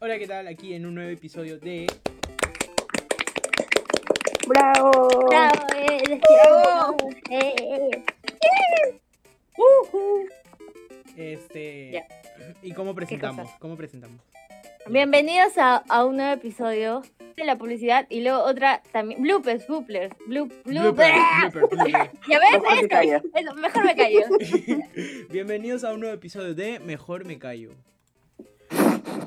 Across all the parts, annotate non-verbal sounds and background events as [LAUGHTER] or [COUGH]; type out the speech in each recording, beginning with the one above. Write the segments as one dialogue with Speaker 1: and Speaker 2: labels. Speaker 1: Hola, ¿qué tal? Aquí en un nuevo episodio de
Speaker 2: ¡Bravo!
Speaker 3: Bravo, eh, les tiramos, eh, eh, eh.
Speaker 2: Ujú.
Speaker 1: este
Speaker 3: Ya.
Speaker 1: y cómo presentamos,
Speaker 2: cosa?
Speaker 1: cómo presentamos.
Speaker 3: Bienvenidos a, a un nuevo episodio de la publicidad y luego otra también. Bloopers, bloopers, bloop, bloop-
Speaker 1: Blooper,
Speaker 3: ¡Ah!
Speaker 1: blooper, blooper.
Speaker 3: ¿Ya ves?
Speaker 2: Mejor te
Speaker 3: Eso,
Speaker 2: callas.
Speaker 3: eso, mejor me callo.
Speaker 1: Bienvenidos a un nuevo episodio de Mejor me callo.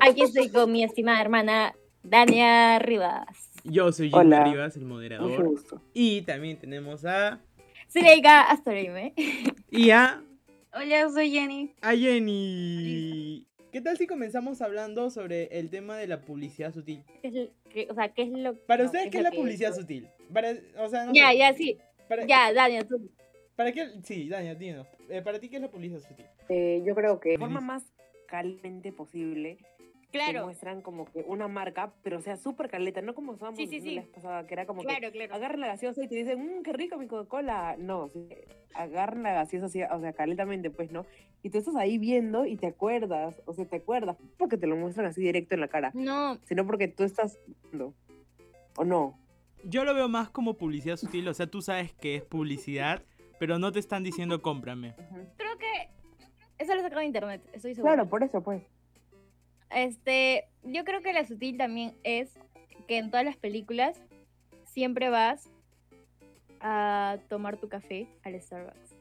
Speaker 3: Aquí estoy con mi estimada hermana Dania Rivas.
Speaker 1: Yo soy Jimmy
Speaker 2: Hola.
Speaker 1: Rivas, el
Speaker 2: Mucho
Speaker 1: moderador,
Speaker 2: gusto.
Speaker 1: y también tenemos a
Speaker 3: Zuleika Astorime. [LAUGHS]
Speaker 1: y a,
Speaker 4: Hola, soy Jenny.
Speaker 1: a Jenny. ¿Qué tal si comenzamos hablando sobre el tema de la publicidad sutil?
Speaker 3: ¿Qué es lo- qué- O sea, ¿qué es lo
Speaker 1: Para
Speaker 3: no,
Speaker 1: ustedes, ¿qué es
Speaker 3: lo
Speaker 1: la
Speaker 3: que-
Speaker 1: publicidad sutil? Para, o sea, no
Speaker 3: Ya,
Speaker 1: sé,
Speaker 3: ya, sí.
Speaker 1: Para,
Speaker 3: Ya, Dania, tú.
Speaker 1: ¿Para qué? Sí, Daniel, dinos. Eh, ¿Para ti qué es la publicidad sutil?
Speaker 2: Eh, yo creo que
Speaker 5: de forma más calmente posible te
Speaker 3: Claro,
Speaker 5: muestran como que una marca, pero sea súper caleta, no como estábamos
Speaker 3: Sí, sí,
Speaker 5: diciendo
Speaker 3: sí.
Speaker 5: la vez pasada, que era como
Speaker 3: claro,
Speaker 5: que
Speaker 3: claro.
Speaker 5: agarran la gaseosa y te dicen, mmm, qué rico mi Coca-Cola. No, sí, agarran la gaseosa, así, o sea, calentamente, pues, ¿no? Y tú estás ahí viendo y te acuerdas, o sea, te acuerdas, no porque te lo muestran así directo en la cara,
Speaker 3: No,
Speaker 5: sino porque tú estás viendo, ¿o no?
Speaker 1: Yo lo veo más como publicidad sutil, o sea, tú sabes que es publicidad, pero no te están diciendo cómprame.
Speaker 3: creo que eso lo sacaron de internet, estoy segura.
Speaker 5: Claro, por eso, pues.
Speaker 3: Este, yo creo que la sutil también es que en todas las películas siempre vas a tomar tu café al Starbucks.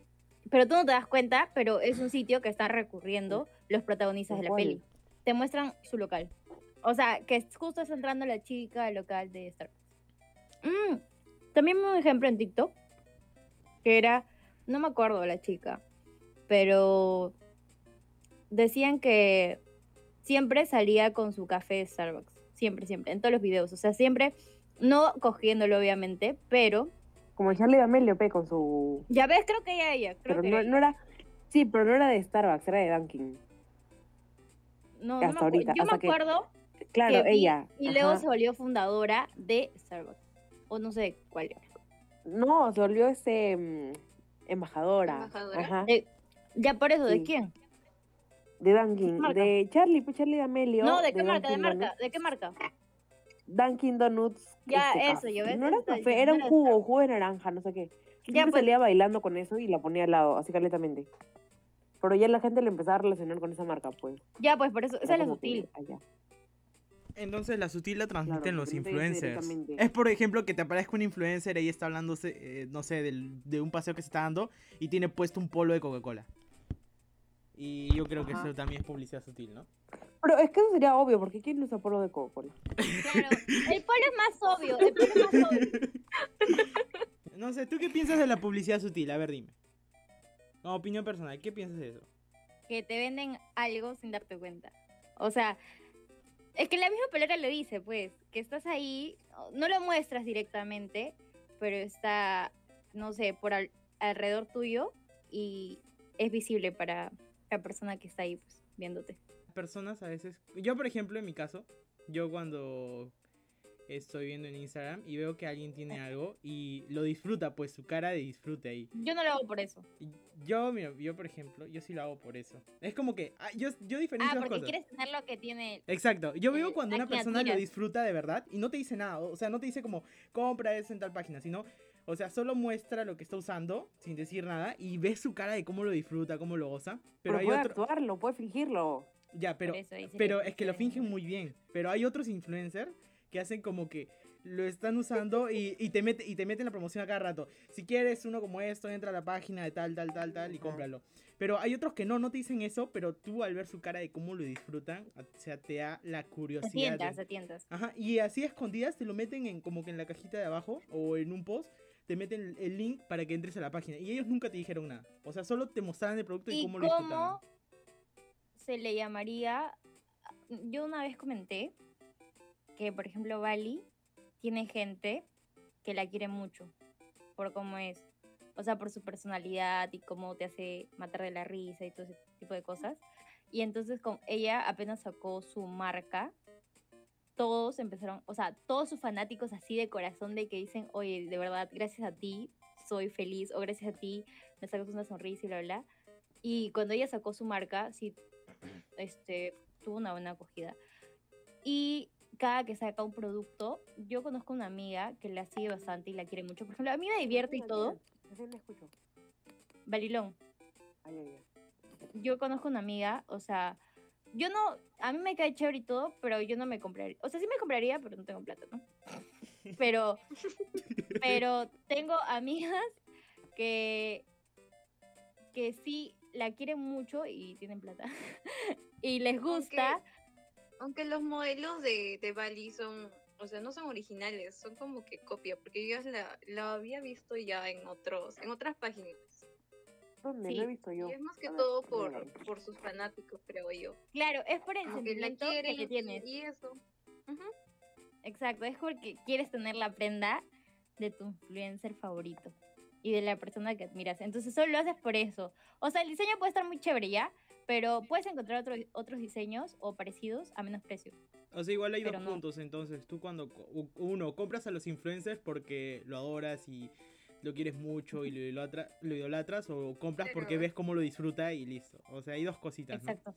Speaker 3: Pero tú no te das cuenta, pero es un sitio que están recurriendo los protagonistas de la
Speaker 5: Igual.
Speaker 3: peli. Te muestran su local. O sea, que es- justo está entrando la chica al local de Starbucks. Mm, También vi un ejemplo en TikTok que era, no me acuerdo la chica, pero decían que siempre salía con su café de Starbucks. Siempre, siempre. En todos los videos. O sea, siempre, no cogiéndolo obviamente, pero
Speaker 5: Como Charlie D'Amelio, pe, con su...
Speaker 3: ya ves, creo que ella, ella. Creo
Speaker 5: Pero
Speaker 3: que
Speaker 5: no,
Speaker 3: era
Speaker 5: no era... Sí, pero no era de Starbucks, era de Dunkin'.
Speaker 3: ella. no,
Speaker 5: hasta
Speaker 3: no me acu-
Speaker 5: ahorita,
Speaker 3: Yo
Speaker 5: hasta
Speaker 3: me
Speaker 5: que-
Speaker 3: acuerdo
Speaker 5: Claro,
Speaker 3: que vi
Speaker 5: ella.
Speaker 3: y luego
Speaker 5: ajá.
Speaker 3: se volvió fundadora de Starbucks. O no sé cuál era.
Speaker 5: No, se volvió este mm, embajadora.
Speaker 4: Embajadora.
Speaker 5: Ajá.
Speaker 3: Eh, ya por eso, ¿de
Speaker 5: Sí.
Speaker 3: quién?
Speaker 5: De Dunkin.
Speaker 3: marca?
Speaker 5: De Charlie, pues Charlie D'Amelio.
Speaker 3: No, ¿de qué marca? ¿De
Speaker 5: Dunkin'
Speaker 3: marca?
Speaker 5: Donuts-
Speaker 3: ¿De qué marca?
Speaker 5: Dunkin' Donuts.
Speaker 3: Ya, eso,
Speaker 5: café.
Speaker 3: ya ves,
Speaker 5: No era
Speaker 3: está-
Speaker 5: café,
Speaker 3: ya
Speaker 5: era un
Speaker 3: era
Speaker 5: jugo, jugo de naranja, no sé qué.
Speaker 3: Ya,
Speaker 5: Siempre
Speaker 3: pues.
Speaker 5: salía bailando con eso y la ponía al lado, así calentamente. Pero ya la gente le empezaba a relacionar con esa marca, pues.
Speaker 3: Ya, pues por eso,
Speaker 5: Era
Speaker 3: esa es la
Speaker 5: como que
Speaker 3: sutil.
Speaker 5: allá.
Speaker 1: Entonces la sutil la transmiten
Speaker 5: Claro,
Speaker 1: los
Speaker 5: porque no te dice
Speaker 1: influencers.
Speaker 5: directamente.
Speaker 1: Es por ejemplo que te aparezca un influencer ahí está hablando, no sé, del- de un paseo que se está dando y tiene puesto un polo de Coca-Cola. Y yo creo que
Speaker 5: Ajá.
Speaker 1: eso también es publicidad sutil, ¿no?
Speaker 5: Pero es que eso sería obvio, porque ¿quién usa polo de Coca-Cola?
Speaker 3: Claro. El polo es más obvio. El polo es
Speaker 5: [LAUGHS]
Speaker 3: más obvio.
Speaker 1: No sé, ¿tú qué piensas de la publicidad sutil? A ver, dime. Como opinión personal, ¿qué piensas de eso?
Speaker 3: que te venden algo sin darte cuenta. O sea, es que la misma palabra lo dice, pues, que estás ahí, no lo muestras directamente, pero está, no sé, por al- alrededor tuyo y es visible para la persona que está ahí, pues, viéndote.
Speaker 1: personas a veces. Yo, por ejemplo, en mi caso, yo cuando estoy viendo en Instagram y veo que alguien tiene algo y lo disfruta, pues su cara de disfrute ahí.
Speaker 3: Yo no lo hago por eso.
Speaker 1: Y Yo, mira, yo, por ejemplo, yo sí lo hago por eso. Es como que ah, yo, yo diferencio
Speaker 3: Ah,
Speaker 1: dos
Speaker 3: porque
Speaker 1: cosas.
Speaker 3: quieres tener lo que tiene.
Speaker 1: Exacto, yo veo
Speaker 3: Eh,
Speaker 1: cuando
Speaker 3: a
Speaker 1: una
Speaker 3: quien
Speaker 1: persona lo
Speaker 3: admiras.
Speaker 1: disfruta de verdad y no te dice nada, o sea, no te dice como compra eso en tal página, sino, o sea, solo muestra lo que está usando sin decir nada y ves su cara de cómo lo disfruta, cómo lo goza. Pero,
Speaker 5: Pero,
Speaker 1: hay
Speaker 5: puede
Speaker 1: otro.
Speaker 5: actuarlo, puede fingirlo.
Speaker 1: Ya, pero
Speaker 3: por eso dice
Speaker 1: pero
Speaker 3: te
Speaker 1: es que lo
Speaker 3: venden.
Speaker 1: fingen muy bien. Pero hay otros influencers que hacen como que lo están usando y, y te, mete, y te meten la promoción a cada rato. Si quieres uno como esto, entra a la página de tal, tal, tal, tal y
Speaker 5: Ajá.
Speaker 1: cómpralo. Pero hay otros que no, no te dicen eso, pero tú al ver su cara de cómo lo disfrutan, o sea, te da la
Speaker 3: Te
Speaker 1: curiosidad.
Speaker 3: tientas,
Speaker 1: de-
Speaker 3: te tientas.
Speaker 1: Ajá, y así a escondidas te lo meten en como que en la cajita de abajo o en un post, te meten el link para que entres a la página. Y ellos nunca te dijeron nada. O sea, solo te mostraron el producto y,
Speaker 3: ¿Y
Speaker 1: cómo
Speaker 3: cómo,
Speaker 1: lo disfrutaban.
Speaker 3: se le llamaría? Yo una vez comenté que, por ejemplo, Bali tiene gente que la quiere mucho por cómo es. O sea, por su personalidad y cómo te hace matar de la risa y todo ese tipo de cosas. Y entonces con ella apenas sacó su marca, todos empezaron, o sea, todos sus fanáticos así de corazón de que dicen, oye, de verdad, gracias a ti soy feliz o gracias a ti me sacas una sonrisa y bla, bla. Y cuando ella sacó su marca, sí, este, tuvo una buena acogida. Y cada que saca un producto, yo conozco una amiga que la sigue bastante y la quiere mucho. Por ejemplo, a mí me divierte y todo.
Speaker 5: Recién la escucho.
Speaker 3: Balilón.
Speaker 5: Ay, ay, ay.
Speaker 3: yo conozco una amiga, o sea, yo no, a mí me cae chévere y todo, pero yo no me compraría, o sea, sí me compraría, pero no tengo plata,
Speaker 4: [LAUGHS]
Speaker 3: ¿no? Pero, pero tengo amigas que, que sí la quieren mucho y tienen plata [LAUGHS] y les gusta,
Speaker 4: Aunque los modelos de, de Bali son, o sea, no son originales, son como que copia, porque yo la, la había visto ya en otros, en otras páginas.
Speaker 5: ¿Dónde?
Speaker 3: Sí.
Speaker 5: Lo he visto yo.
Speaker 4: Y es más que
Speaker 5: Ah,
Speaker 4: todo
Speaker 5: mira.
Speaker 4: por, por sus fanáticos, creo yo.
Speaker 3: claro, es por el
Speaker 4: Aunque Ah, la
Speaker 3: sentimiento que
Speaker 4: quieren
Speaker 3: le tienes.
Speaker 4: y eso.
Speaker 3: Exacto, es porque quieres tener la prenda de tu influencer favorito y de la persona que admiras. Entonces solo lo haces por eso. O sea, el diseño puede estar muy chévere ya, pero puedes encontrar otro- otros diseños o parecidos a menos precio.
Speaker 1: O sea, igual hay
Speaker 3: Pero
Speaker 1: dos
Speaker 3: no.
Speaker 1: puntos. Entonces, tú cuando co- u- uno compras a los influencers porque lo adoras y lo quieres mucho y
Speaker 3: [LAUGHS]
Speaker 1: lo, idolatra- lo idolatras, o compras
Speaker 4: Pero-
Speaker 1: porque ves cómo lo disfruta y listo. O sea, hay dos cositas, ¿no?
Speaker 3: Exacto.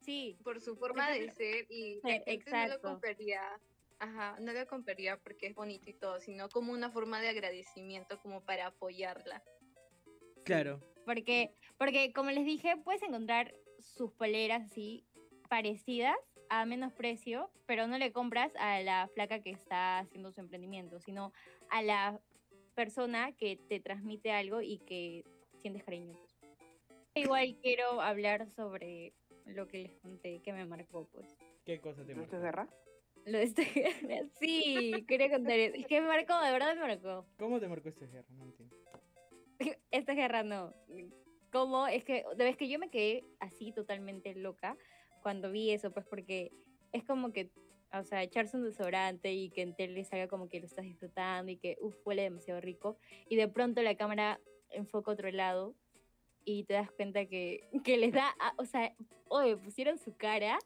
Speaker 3: Sí,
Speaker 4: Por su forma de ser y la
Speaker 3: Eh,
Speaker 4: gente no lo
Speaker 3: exacto.
Speaker 4: compraría. Ajá, no lo compraría porque es bonito y todo, sino como una forma de agradecimiento, como para apoyarla.
Speaker 1: Claro.
Speaker 3: porque, porque como les dije, puedes encontrar sus poleras así parecidas a menos precio, pero no le compras a la flaca que está haciendo su emprendimiento, sino a la persona que te transmite algo y que sientes cariño. pues. Igual quiero hablar sobre lo que les conté que me marcó, pues.
Speaker 1: ¿Qué cosa te
Speaker 5: ¿No
Speaker 1: marcó?
Speaker 5: estás guerra?
Speaker 3: Lo de [LAUGHS] esta guerra. Sí, quería contar eso. Es que me marcó, de verdad me marcó.
Speaker 1: ¿Cómo te marcó este guerra? No entiendo.
Speaker 3: Esta guerra no. ¿Cómo? Es que, de vez que yo me quedé así totalmente loca cuando vi eso, pues porque es como que, o sea, echarse un desodorante y que en tele salga como que lo estás disfrutando y que, uff, huele demasiado rico. Y de pronto la cámara enfoca a otro lado y te das cuenta que, que les da, a- o sea, oye, pusieron su cara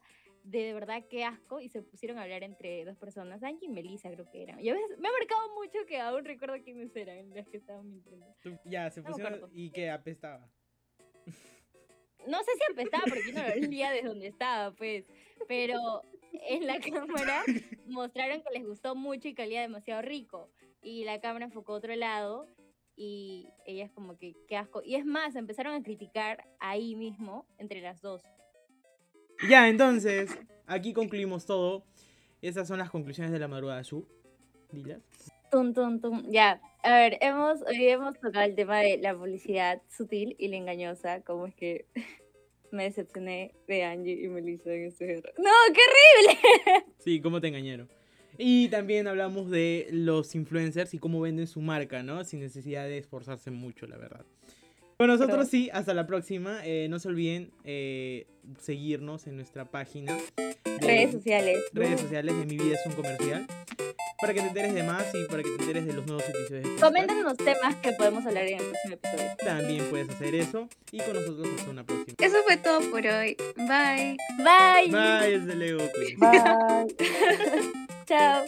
Speaker 3: de, de verdad qué asco y se pusieron a hablar entre dos personas, Angie y Melissa creo que eran. Y a veces me ha marcado mucho que aún recuerdo quiénes eran las que estaban mintiendo.
Speaker 1: Tú- ya, se
Speaker 3: No me
Speaker 1: pusieron
Speaker 3: acuerdo.
Speaker 1: y que apestaba.
Speaker 3: No sé si apestaba porque yo no lo olía desde donde estaba, pues. Pero en la cámara mostraron que les gustó mucho y que olía demasiado rico. Y la cámara enfocó a otro lado y ellas como que, qué asco. Y es más, empezaron a criticar ahí mismo entre las dos.
Speaker 1: Ya, entonces, aquí concluimos todo. Esas son las conclusiones de la madrugada, Shu. Dilas.
Speaker 3: Tum, tum, tum. Ya, a ver, hemos, hoy hemos tocado el tema de la publicidad sutil y la engañosa, como es que me decepcioné de Angie y Melissa en este guerra. ¡No, qué
Speaker 1: Sí, cómo te engañaron. Y también hablamos de los influencers y cómo venden su marca, ¿no? Sin necesidad de esforzarse mucho, la verdad. Bueno, nosotros sí, hasta la próxima. Eh, no se olviden eh, seguirnos en nuestra página. de
Speaker 3: Redes sociales.
Speaker 1: redes sociales de Mi Vida es un Comercial. Para que te enteres de más y para que te enteres de los nuevos episodios. de podcast.
Speaker 3: Comenten los temas que podemos hablar en el próximo episodio.
Speaker 1: También puedes hacer eso. Y con nosotros hasta una próxima.
Speaker 4: Eso fue todo por hoy. Bye.
Speaker 3: Bye.
Speaker 1: Bye, desde luego. cuídense.
Speaker 5: Bye.
Speaker 3: Chao.